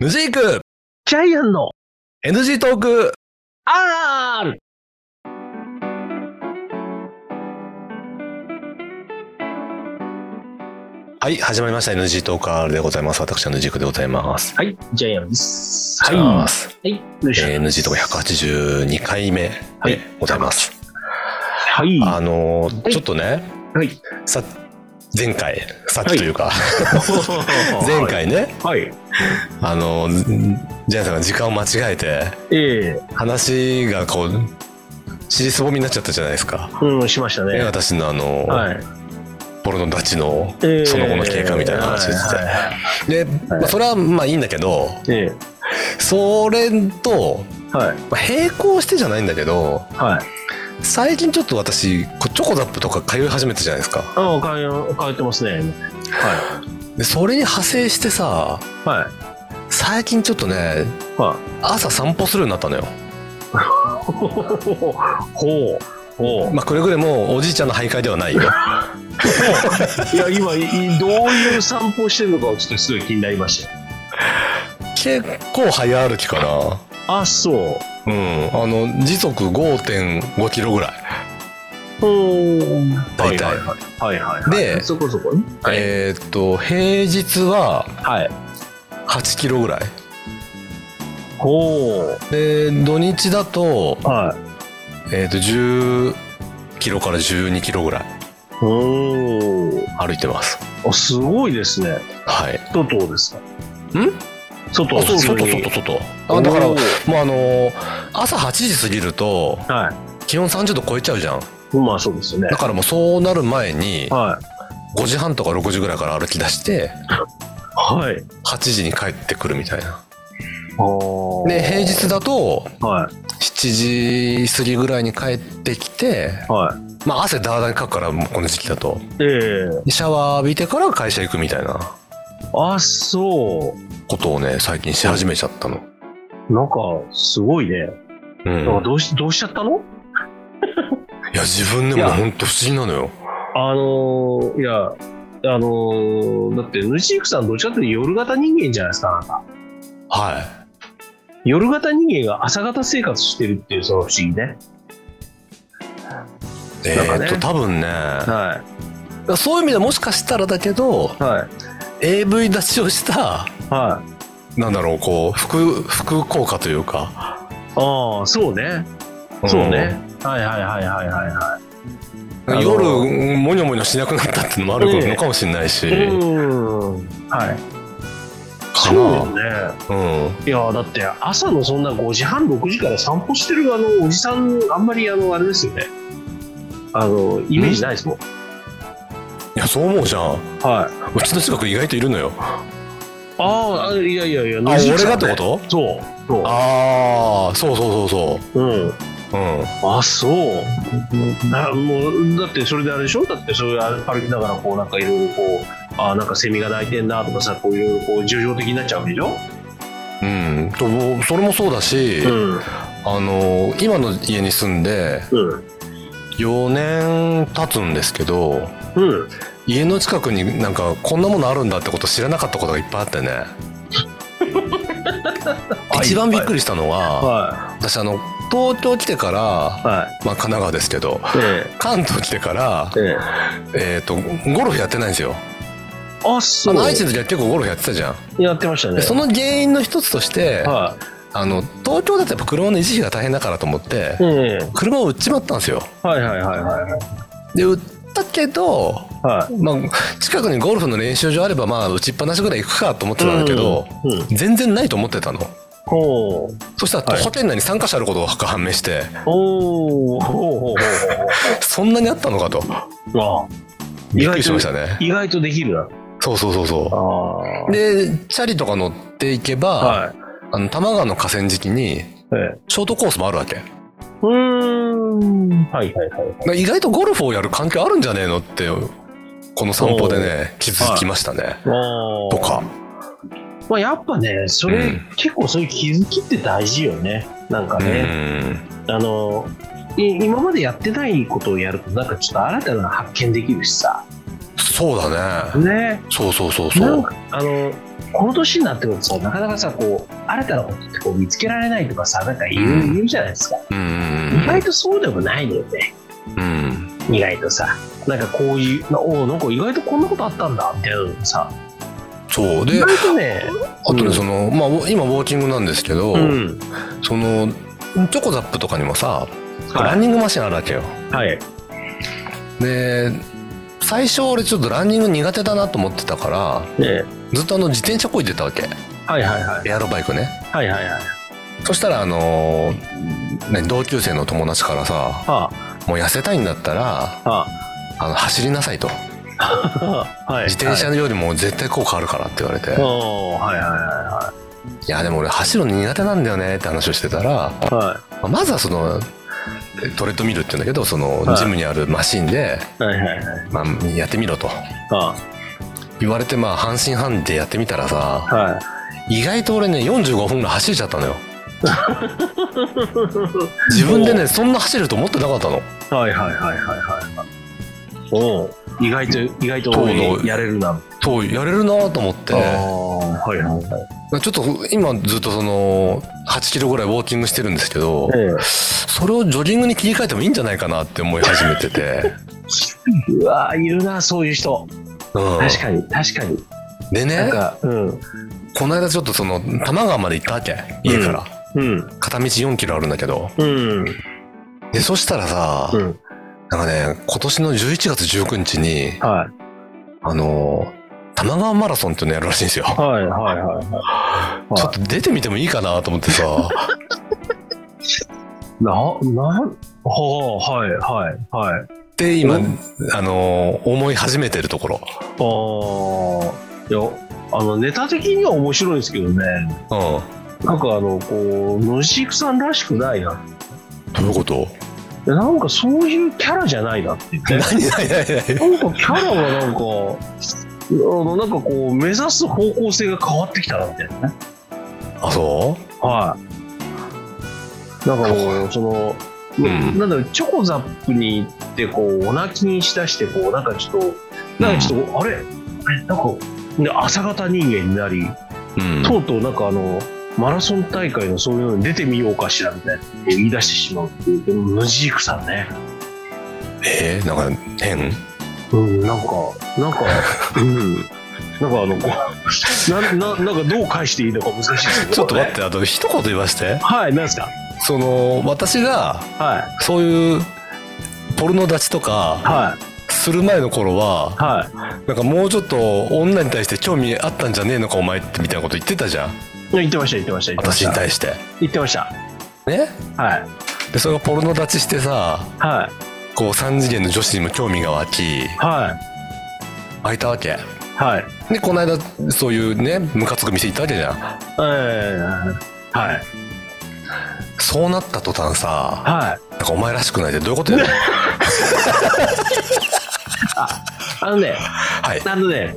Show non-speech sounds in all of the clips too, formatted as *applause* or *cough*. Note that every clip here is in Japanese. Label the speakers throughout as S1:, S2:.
S1: ヌジーク
S2: ジャイアンの
S1: NG トーク
S2: R!
S1: はい、始まりました。NG トーク R でございます。私はヌジークでございます。
S2: はい、ジャイアンです。
S1: お願
S2: は
S1: い
S2: い。
S1: し
S2: は
S1: ます。
S2: い、よいしょ
S1: えー NG トーク182回目
S2: はい
S1: でございます。
S2: はい。
S1: あのー
S2: はい
S1: ちょっとね、
S2: はい。
S1: さ、前回、さっきというか、 *laughs* 前回ね、
S2: はい。
S1: あのージャイアンさんが時間を間違えて、
S2: ええ
S1: 話がこう、尻すぼみになっちゃったじゃないですか。
S2: うん、しました
S1: ね
S2: ね。
S1: 私のあのー、
S2: はい。
S1: ポロのダチの、
S2: ええ
S1: その後の経過みたいな話してて
S2: はいはいはい
S1: で、まあ、それはまあいいんだけど、
S2: え
S1: それと、
S2: えはい。
S1: まあ並行してじゃないんだけど
S2: はい。
S1: 最近ちょっと私こうチョコザップとか通い始めたじゃないですか
S2: ああ、変えてますね。は
S1: でそれに派生してさ
S2: い。はい。 *laughs*
S1: 最近ちょっとね
S2: は
S1: 朝散歩するようになったのよ、
S2: い。ほほほほほう。ほ
S1: まあ、くれぐれもおじいちゃんの徘徊ではないよ
S2: *laughs* う。いや、今、いどういう散歩してるのかをちょっとすごい気になりました。
S1: 結構早歩きかな
S2: あ、そう。
S1: うんあの時速5.5キロぐらい
S2: うん。
S1: 大体、
S2: はいはいはい。
S1: で
S2: そこそこね。はい。
S1: えーっと平日は
S2: はい。
S1: 8キロぐらい
S2: ほ
S1: で土日だと,、
S2: う。はい。
S1: えーっと10キロから12キロぐらい
S2: おー
S1: 歩いてます
S2: あすごいですね。
S1: はい
S2: 外ですか。
S1: ん
S2: 外
S1: あそう
S2: 普通
S1: 外
S2: に
S1: 外外あだから
S2: お
S1: もう
S2: ー
S1: あのー朝8時過ぎると
S2: は
S1: 気温30度超えちゃうじゃん
S2: い。まあそうですよね
S1: だ。からもうそうなる前に
S2: はい。
S1: 5時半とか6時ぐらいから歩き出して
S2: はい。
S1: 8時に帰ってくるみたいな
S2: あ
S1: で平日だと
S2: だ。はい。
S1: 7時過ぎぐらいに帰ってきて
S2: はい。
S1: まあ汗だらだらにかくからもうこの時期だと
S2: え
S1: でシャワー浴びてから会社行くみたいな
S2: えあ、そ
S1: ことをね最近し始めちゃったの
S2: う。なんか、すごいね。
S1: う
S2: なんか
S1: ん
S2: どうし、どうしちゃったの
S1: いや自分で
S2: い
S1: も
S2: や
S1: 本当不思議なのよ
S2: あのー、いや、あのー、だって、ヌチークさんどっちかっていうと夜型人間じゃないですか、あなた。
S1: はい
S2: 夜型人間が朝型生活してるっていう、その不思議ね。
S1: え
S2: なんか
S1: ー
S2: ね
S1: っと多分ね
S2: は
S1: そういう意味ではもしかしたらだけど
S2: い。はい。
S1: AV 出しをした
S2: はい。
S1: なんだろうこう副副効果というか、
S2: ああ、そうね。
S1: ん
S2: そうね。はいはいはいはいはいはあの
S1: 夜もにょもにょしなくなったってのもある
S2: ええ
S1: のかもしれないし、
S2: い。うん。はい。
S1: か
S2: そうよ
S1: な
S2: ね。
S1: うん
S2: いや、だって朝のそんな5時半、6時から散歩してるあのおじさん、あんまりあの、あれですよね。あの、イメージないですもん。
S1: いやそう思うじゃん
S2: はい。
S1: うちの近く意外といるのよあ
S2: ああ、いやいやいや、野宿
S1: 俺
S2: さん
S1: が
S2: ね
S1: ってこと
S2: そう。そう。
S1: ああそうそうそう
S2: うん。
S1: そううん
S2: あ、そう。なもう、だってそれであれでしょだってそれ歩きながらこう、なんかいろいろこう、ああ、なんかセミが鳴いてんなとかさ、こういろいろこう、重情的になっちゃうわけでしょ
S1: うん、ともうそれもそうだし、
S2: うん。
S1: あの今の家に住んで
S2: うん。
S1: 4年経つんですけど
S2: うん。
S1: 家の近くになんかこんなものあるんだってこと知らなかったことがいっぱいあって
S2: *laughs*
S1: ね一番びっくりしたのは
S2: は
S1: 私あの東京来てから、
S2: い。はい。
S1: まあ、神奈川ですけど
S2: え
S1: 関東来てから、
S2: え。ええ。
S1: えー、とゴルフやってないんですよ
S2: あ、
S1: あ
S2: そう
S1: の。愛知の時は結構ゴルフやってたじゃん
S2: やってましたね。
S1: でその原因の一つとして、
S2: は
S1: あの東京だとやっぱ車の維持費が大変だからと思って
S2: い。ええ。
S1: 車を売っちまったんですよ
S2: はいはいはいはい。
S1: で売ったけど、
S2: は
S1: まあ、近くにゴルフの練習場あればまあ打ちっぱなしぐらい行くかと思ってたんだけど、
S2: い。うん。
S1: 全然ないと思ってたの
S2: ほう。
S1: そしたら、
S2: はい
S1: ホテル内に3か所あることが判明して
S2: おお。ほうほうほうほ
S1: そんなにあったのかと
S2: う。ああ。
S1: びっくりしましたね
S2: 意外とできるな。
S1: そうそうそう
S2: あ
S1: そ
S2: あ。
S1: うでチャリとか乗っていけば、
S2: はい。
S1: あの多摩川の河川敷に
S2: ええ。
S1: ショートコースもあるわけだか
S2: うーん。はいはいはい。
S1: ら意外とゴルフをやる環境あるんじゃねえのってこの散歩でね気づきましたね、
S2: ああ。
S1: とか。
S2: まあやっぱね、それ、
S1: うん
S2: 結構そういう気づきって大事よね。なんか
S1: う
S2: ね。
S1: ん
S2: あの、い今までやってないことをやると、なんかちょっと新たな発見できるしさ。
S1: そうだね
S2: ね。
S1: そうそうそう
S2: な
S1: そ
S2: ん
S1: う
S2: かあのこの年になってくるとさなかなかさこう新たなことってこう見つけられないとかさなんか言う,、
S1: うん
S2: 言うじゃないですか
S1: うん
S2: 意外とそうでもないのよね
S1: うん
S2: 意外とさなんかこういうなおうなんか意外とこんなことあったんだみたいなのもさ
S1: そう
S2: 意
S1: で
S2: 外とね
S1: あとねその、まあ、ウォ今ウォーキングなんですけど、
S2: うん
S1: そのチョコザップとかにもさラ
S2: は
S1: ンニングマシンあるわけよ
S2: い、はい、
S1: で最初俺ちょっとランニング苦手だなと思ってたから
S2: ね
S1: ずっとあの自転車こいでたわけ
S2: はいはいはい
S1: エアロバイクね
S2: はいはいはい
S1: そしたらあのーね同級生の友達からさ
S2: は
S1: 「もう痩せたいんだったら
S2: あは
S1: あの走りなさい」と
S2: あは
S1: 「
S2: い
S1: 自転車
S2: はい
S1: よりも絶対効果あるから」って言われて「
S2: おーはいはいはい
S1: やでも俺走るの苦手なんだよね」って話をしてたら
S2: いは
S1: まあまずはそのえトレッドミルって言うんだけどその
S2: はい
S1: ジムにあるマシンで、
S2: いはいはいはい
S1: まあ、やってみろと
S2: は
S1: 言われてまあ半信半疑でやってみたら
S2: あ
S1: さ
S2: はい
S1: 意外と俺ね45分ぐらい走れちゃったの
S2: *laughs*
S1: よ自分でねそんな走れると思ってなかったの
S2: はいはいはいはいはい。おう意外と、意外と
S1: 糖度
S2: やれるな。
S1: そうやれるなと思って
S2: あーはいはいはい。
S1: ちょっと今ずっとその8キロぐらいウォーキングしてるんですけどそれをジョギングに切り替えてもいいんじゃないかなって思い始めてて、
S2: うわーいるな、そういう人。
S1: うん、
S2: 確かに、確かに。
S1: で
S2: なん
S1: ね
S2: か、うん。
S1: この間ちょっとその多摩川まで行ったわけ家から、
S2: うん。
S1: 片道4キロあるんだけど
S2: うん。
S1: でそしたらさ、
S2: うん。
S1: なんかね、今年の11月19日に、
S2: は
S1: あのー、玉川マラソンっていうのやるらしいんですよ。
S2: い。はいはいはいは
S1: ちょっと出てみてもいいかなと思ってさ、
S2: *laughs* い。な、なん、はあ、はいはいはい。
S1: で、今、
S2: うん
S1: あのー、思い始めてるところ。
S2: あーいや、あの、ネタ的には面白いですけどね。
S1: うん。
S2: なんかあの、こう、野地さんらしくないな。
S1: どういうこと
S2: いやなんかそういうキャラじゃないなって言って。
S1: *laughs* 何何何
S2: なんかキャラがなんか、あのなんかこう、目指す方向性が変わってきたなみたいなね。
S1: 何あ、そ
S2: はい。なんかもう、その、
S1: ん
S2: なんだろう、チョコザップに行って、こう、おなきにしだして、こう、なんかちょっと、なんかちょっと、あれ、あれなんか、ね、朝方人間になり、
S1: ううん。
S2: とうとうなんかあの、マラソン大会のそういうのに出てみようかしらみたいなことを言い出してしまうっていう、でも無ジークさんね。
S1: えー、なんか変
S2: うん、なんか、なん
S1: *laughs*
S2: か、うん、なんかあの、こう、な、な、なんかどう返していいのか難しいですけど、
S1: ちょっと待っ
S2: ね。
S1: て、あと一言言わして。
S2: はい、なんですか
S1: その、私が、
S2: はい、
S1: そういう、ポルノ立ちとか、
S2: はい、
S1: する前の頃は、
S2: は
S1: なんかもうちょっと女に対して興味あったんじゃねえのかお前ってみたいなこと言ってたじゃん
S2: い。言ってました、言ってました、言ってま
S1: 私に
S2: した。
S1: 対して
S2: 言ってました。
S1: ね
S2: はい、
S1: でそれがポルノ立ちしてさ
S2: はい、
S1: こう3次元の女子にも興味が湧き
S2: はい、
S1: 湧いたわけ
S2: はい、
S1: でこの間そういうねムカつく店行ったわけじゃん
S2: えーはい、
S1: そうなった途端さ
S2: はい。
S1: なんかお前らしくないってどういうことやね
S2: *laughs*
S1: ん
S2: あのね、
S1: はい
S2: あのね、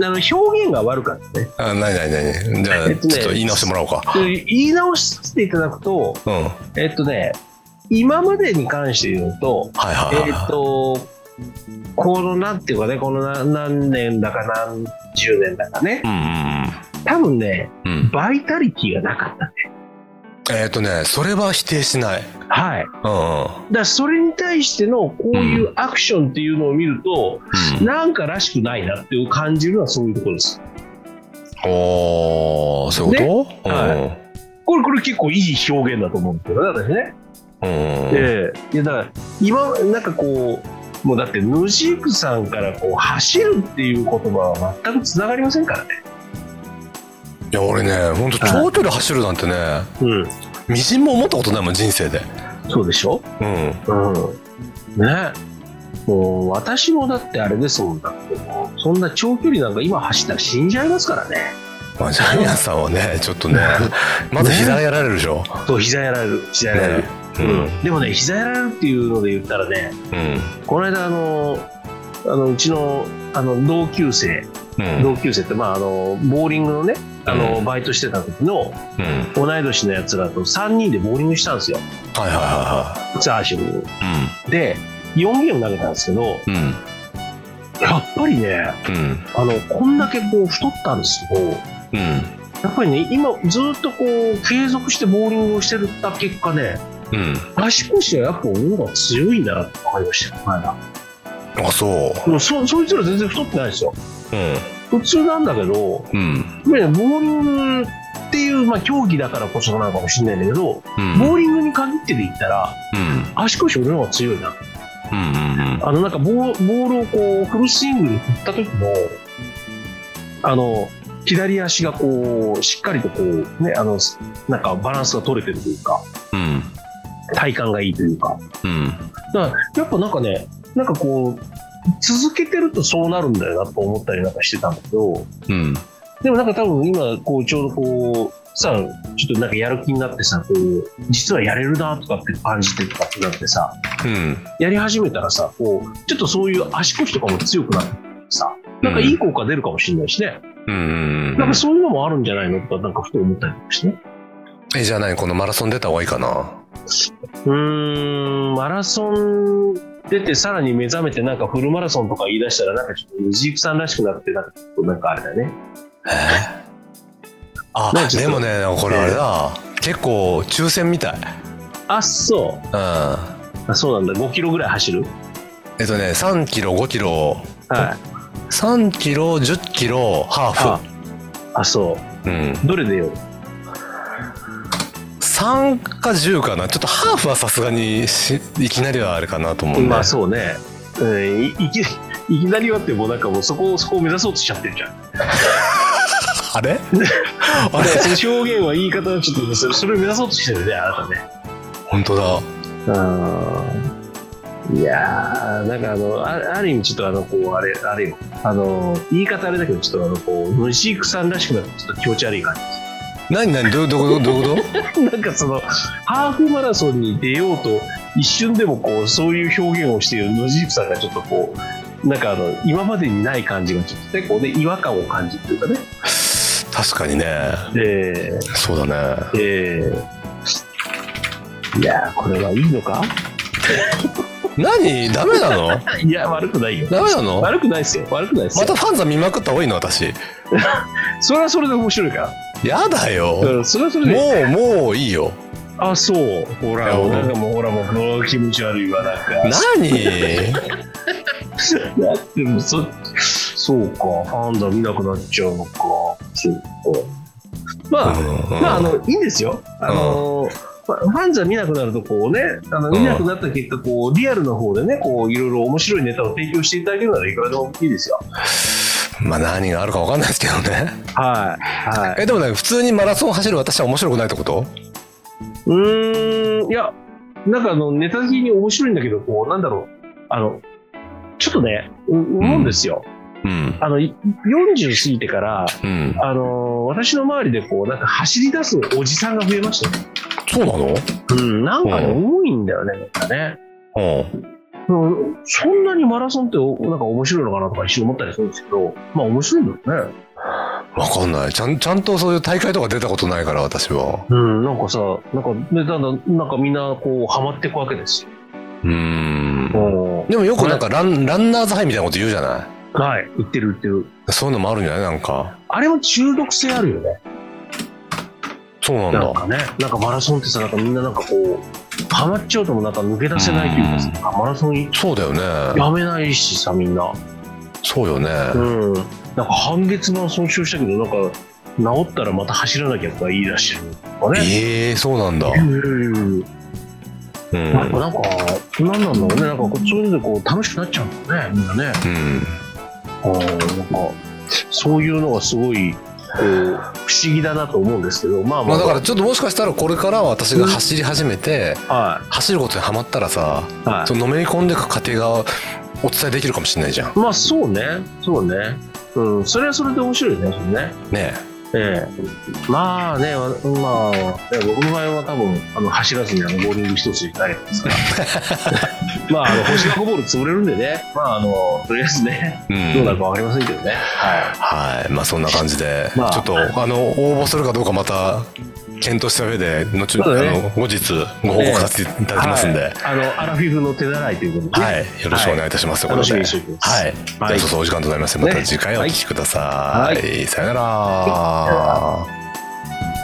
S2: あの表現が悪かったね。
S1: あないないないないじゃあ
S2: えっとね
S1: ちょっと言い直してもらおうか
S2: で言い直していただくと、
S1: うんはい
S2: えっとね、今までに関して言うと、
S1: はい
S2: え
S1: はい
S2: ーっと、このなんていうかね、このな何年だか何十年だかね、
S1: うん
S2: 多分ね、
S1: うんうんうん
S2: バイタリティがなかったね。
S1: えっとねそれは否定しない
S2: はい。だか
S1: うんうん
S2: らそれに対してのこういうアクションっていうのを見ると、
S1: うん
S2: なんからしくないなっていう感じるのはそういうところです。
S1: おーそういうこと、
S2: ねはこれ、これ結構いい表現だと思うんですよね、私ね。
S1: うんうん
S2: ええいや、だから今、なんかこう、もうだって、ヌジークさんからこう走るっていう言葉は全くつながりませんからね。
S1: いや俺ね本当長距離走るなんてね
S2: うん。
S1: みじんも思ったことないもん人生で
S2: そうでしょ
S1: うん
S2: うんねもう私もだってあれですもんだってもうそんな長距離なんか今走ったら死んじゃいますからね
S1: まあジャイアンさんはねちょっとねまず膝やられるでしょ、
S2: そう膝やられる膝やられる、
S1: ねうん
S2: でもね膝やられるっていうので言ったらね
S1: うん
S2: この間あのあのうちのあの同級生
S1: うん
S2: 同級生って、まあ、あのボーリングのねあの
S1: うん
S2: バイトしてた時の
S1: うん
S2: 同い年のやつらと3人でボーリングしたんですよ
S1: はいはいは
S2: ツアーシム
S1: いは
S2: で4ゲーム投げたんですけど
S1: いうん
S2: やっぱりね
S1: うんうん
S2: あのこんだけこう太ったんですけど
S1: うん。
S2: やっぱりね、今ずっとこう、継続してボーリングをしてるった結果ね、
S1: うん。
S2: 足腰はやっぱ俺の方が強いんだなって分かりましたよ、この間
S1: あ、そ
S2: でもそ、そいつら全然太ってないですよ。
S1: う。うん。
S2: 普通なんだけど、
S1: うん。
S2: やっぱりねボーリングっていう、まあ、競技だからこそなのかもしれないんだけど、
S1: うん。
S2: ボーリングに限ってで言ったら、
S1: うん。
S2: 足腰俺の方が強いな。
S1: うん。うん。
S2: あの、なんかボー、ボールをこう、フルスイングで振った時の、あの、左足がこう、しっかりとこう、ね、あの、なんかバランスが取れてるというか、
S1: うん。
S2: 体幹がいいというか。
S1: うん。
S2: だから、やっぱなんかね、なんかこう、続けてるとそうなるんだよなと思ったりなんかしてたんだけど、
S1: うん。
S2: でもなんか多分今、こう、ちょうどこう、さ、ちょっとなんかやる気になってさ、こう、実はやれるなとかって感じてとかってなってさ、
S1: うん。
S2: やり始めたらさ、こう、ちょっとそういう足腰とかも強くなってさ、なんかいい効果出るかもしれないしね。
S1: うん。
S2: なんかそういうのもあるんじゃないのとか、なんかふと思ったりとかしてね。
S1: え、じゃあ何このマラソン出た方がいいかな
S2: うーん、マラソン出てさらに目覚めてなんかフルマラソンとか言い出したら、なんかちょっと藤井さんらしくなって、なんかちょっとなんかあれだね。
S1: あ
S2: なん、かちょっ
S1: で
S2: と
S1: もね、これあれだ。結構、抽選みたい。うん。
S2: あ、そう。あそうなんだ。5キロぐらい走る
S1: えっとね、3キロ、5キロ、
S2: はい。
S1: 3キロ、10キロ、ハ
S2: あ
S1: ー、
S2: あそう。
S1: フ。うん。
S2: どれ出よう
S1: 3か10かな。ちょっとハーフはさすがにし、いきなりはあれかなと思うんで。
S2: まあそうね、うん、いいきいきなりはってもうなんかもうそこをそこを目指そうとしちゃってるじゃん
S1: あ
S2: *laughs*
S1: れあ
S2: あ
S1: れ
S2: その表現は言い方はちょっと *laughs* それそれを目指そうとしてるねあな
S1: 本当だ。
S2: たねうんいやーなんかあのあある意味ちょっとあのこうあれあれよあの言い方あれだけどちょっとあのこう虫育さんらしくなってちょっと気持ち悪い感
S1: 何何どうどういうことどういうこ
S2: じ *laughs* なんかそのハーフマラソンに出ようと一瞬でもこうそういう表現をしている野ジープさんがちょっとこうなんかあの今までにない感じがちょっとねこうね違和感を感じるというかね
S1: と確かにね。
S2: え
S1: そうだね。
S2: ー、えーいやーこれはいいのか
S1: 何ダメなの
S2: いや悪くないよ
S1: ダメなの
S2: 悪くないですよ悪くないです
S1: ま
S2: よ
S1: たファンザ見まくった方がいいの私。
S2: それはそれで面白いから
S1: やだ
S2: だか
S1: よ。
S2: らそれはそれで
S1: もう、もういいよ。
S2: あそうほら
S1: うん
S2: なんかもうほらもうこの気持ち悪いわなんか
S1: 何
S2: だってもうそそうかファンダ見なくなっちゃうのかそうかまあ、まあ、あ、
S1: うん
S2: の、いいんですよ。あの、まあファンじゃ見なくなると、こうね、あの、
S1: うん
S2: 見なくなった結果、こう、リアルの方でね、こう、いろいろ面白いネタを提供していただけるならいくらでもいいですよ。
S1: まあ何があるかわかんないですけどね。
S2: はい。はい。
S1: え、でもね、普通にマラソン走る私は面白くないってこと
S2: うーん、いや、なんかあの、ネタ的に面白いんだけど、こう、なんだろう、あの、ちょっとね、う思うんですよ。
S1: うん。
S2: あの、い40過ぎてから、
S1: うん。
S2: あの、私の周りで、こう、なんか走り出すおじさんが増えましたね。
S1: そうなの
S2: うん、なんかね、
S1: う
S2: 多いんだよね、なんかね。
S1: うん。
S2: うんそんなにマラソンっておなんか面白いのかなとか一瞬思ったりするんですけど、まあ面白いんだよね。
S1: わかんない。ちゃん、ちゃんとそういう大会とか出たことないから、私は。
S2: うん、なんかさ、なんか、ね、だんだん、なんかみんなこう、ハマっていくわけですよ。
S1: うーん。
S2: うん
S1: でもよくなんかラン、ランナーズハイみたいなこと言うじゃな
S2: はい、言ってる言ってる。
S1: いそういうのもあるんじゃないなんか。
S2: あれも中毒性あるよね。
S1: そうなんだ。
S2: なんかね、なんかマラソンってさ、なんかみんななんかこう、ハマっちゃうともなんか抜け出せないというかさ、なんかマラソン
S1: そうだよね。
S2: やめないしさ、みんな。
S1: そうよね。
S2: うん。なんか半月板損傷したけど、なんか、治ったらまた走らなきゃとか言い出してるとかね。
S1: ええそうなんだ。
S2: うん
S1: う
S2: やっ
S1: ん。
S2: ぱなんか、なんなんだろうね、なんかこう、そういうのでこう楽しくなっちゃうんだね、みんなね。
S1: うん。
S2: うんなんか、そういうのがすごい、こう、不思議だなと思うんですけど、まあ
S1: ま
S2: ま
S1: あ
S2: あ、
S1: だからちょっともしかしたらこれから私が走り始めて、
S2: は
S1: 走ることにハマったらさ、
S2: い、は
S1: そののめり込んでいく過程がお伝えできるかもしれないじゃん。
S2: い。まあ、そうね、そうね。うん、それはそれで面白いね、それね。
S1: ね
S2: ええ。まあね、わまあ、ね僕の場合は多分、あの、走らずにあの、ボーリング一つでないです
S1: *laughs*
S2: から。まあ、あの、星学ボール潰れるんでね、まあ、あの、とりあえずね、
S1: え。
S2: どうなるかわかりませんけどね。はい。
S1: はい。まあそんな感じで、
S2: まあ
S1: ちょっと、あの、応募するかどうかまた検討した上で、後、
S2: そうだね
S1: あの後日ご報告させていただきますんで、
S2: あの、アラフィフの手習いということで。
S1: はい、よろしくお願いいたします。
S2: 楽しみに
S1: と
S2: し
S1: い
S2: て
S1: う
S2: おき
S1: ことで
S2: ます
S1: はい、
S2: はい
S1: ではそうそうお時間となりまして、また
S2: ね
S1: 次回お聞きください。
S2: は
S1: さよなら。
S2: いさよな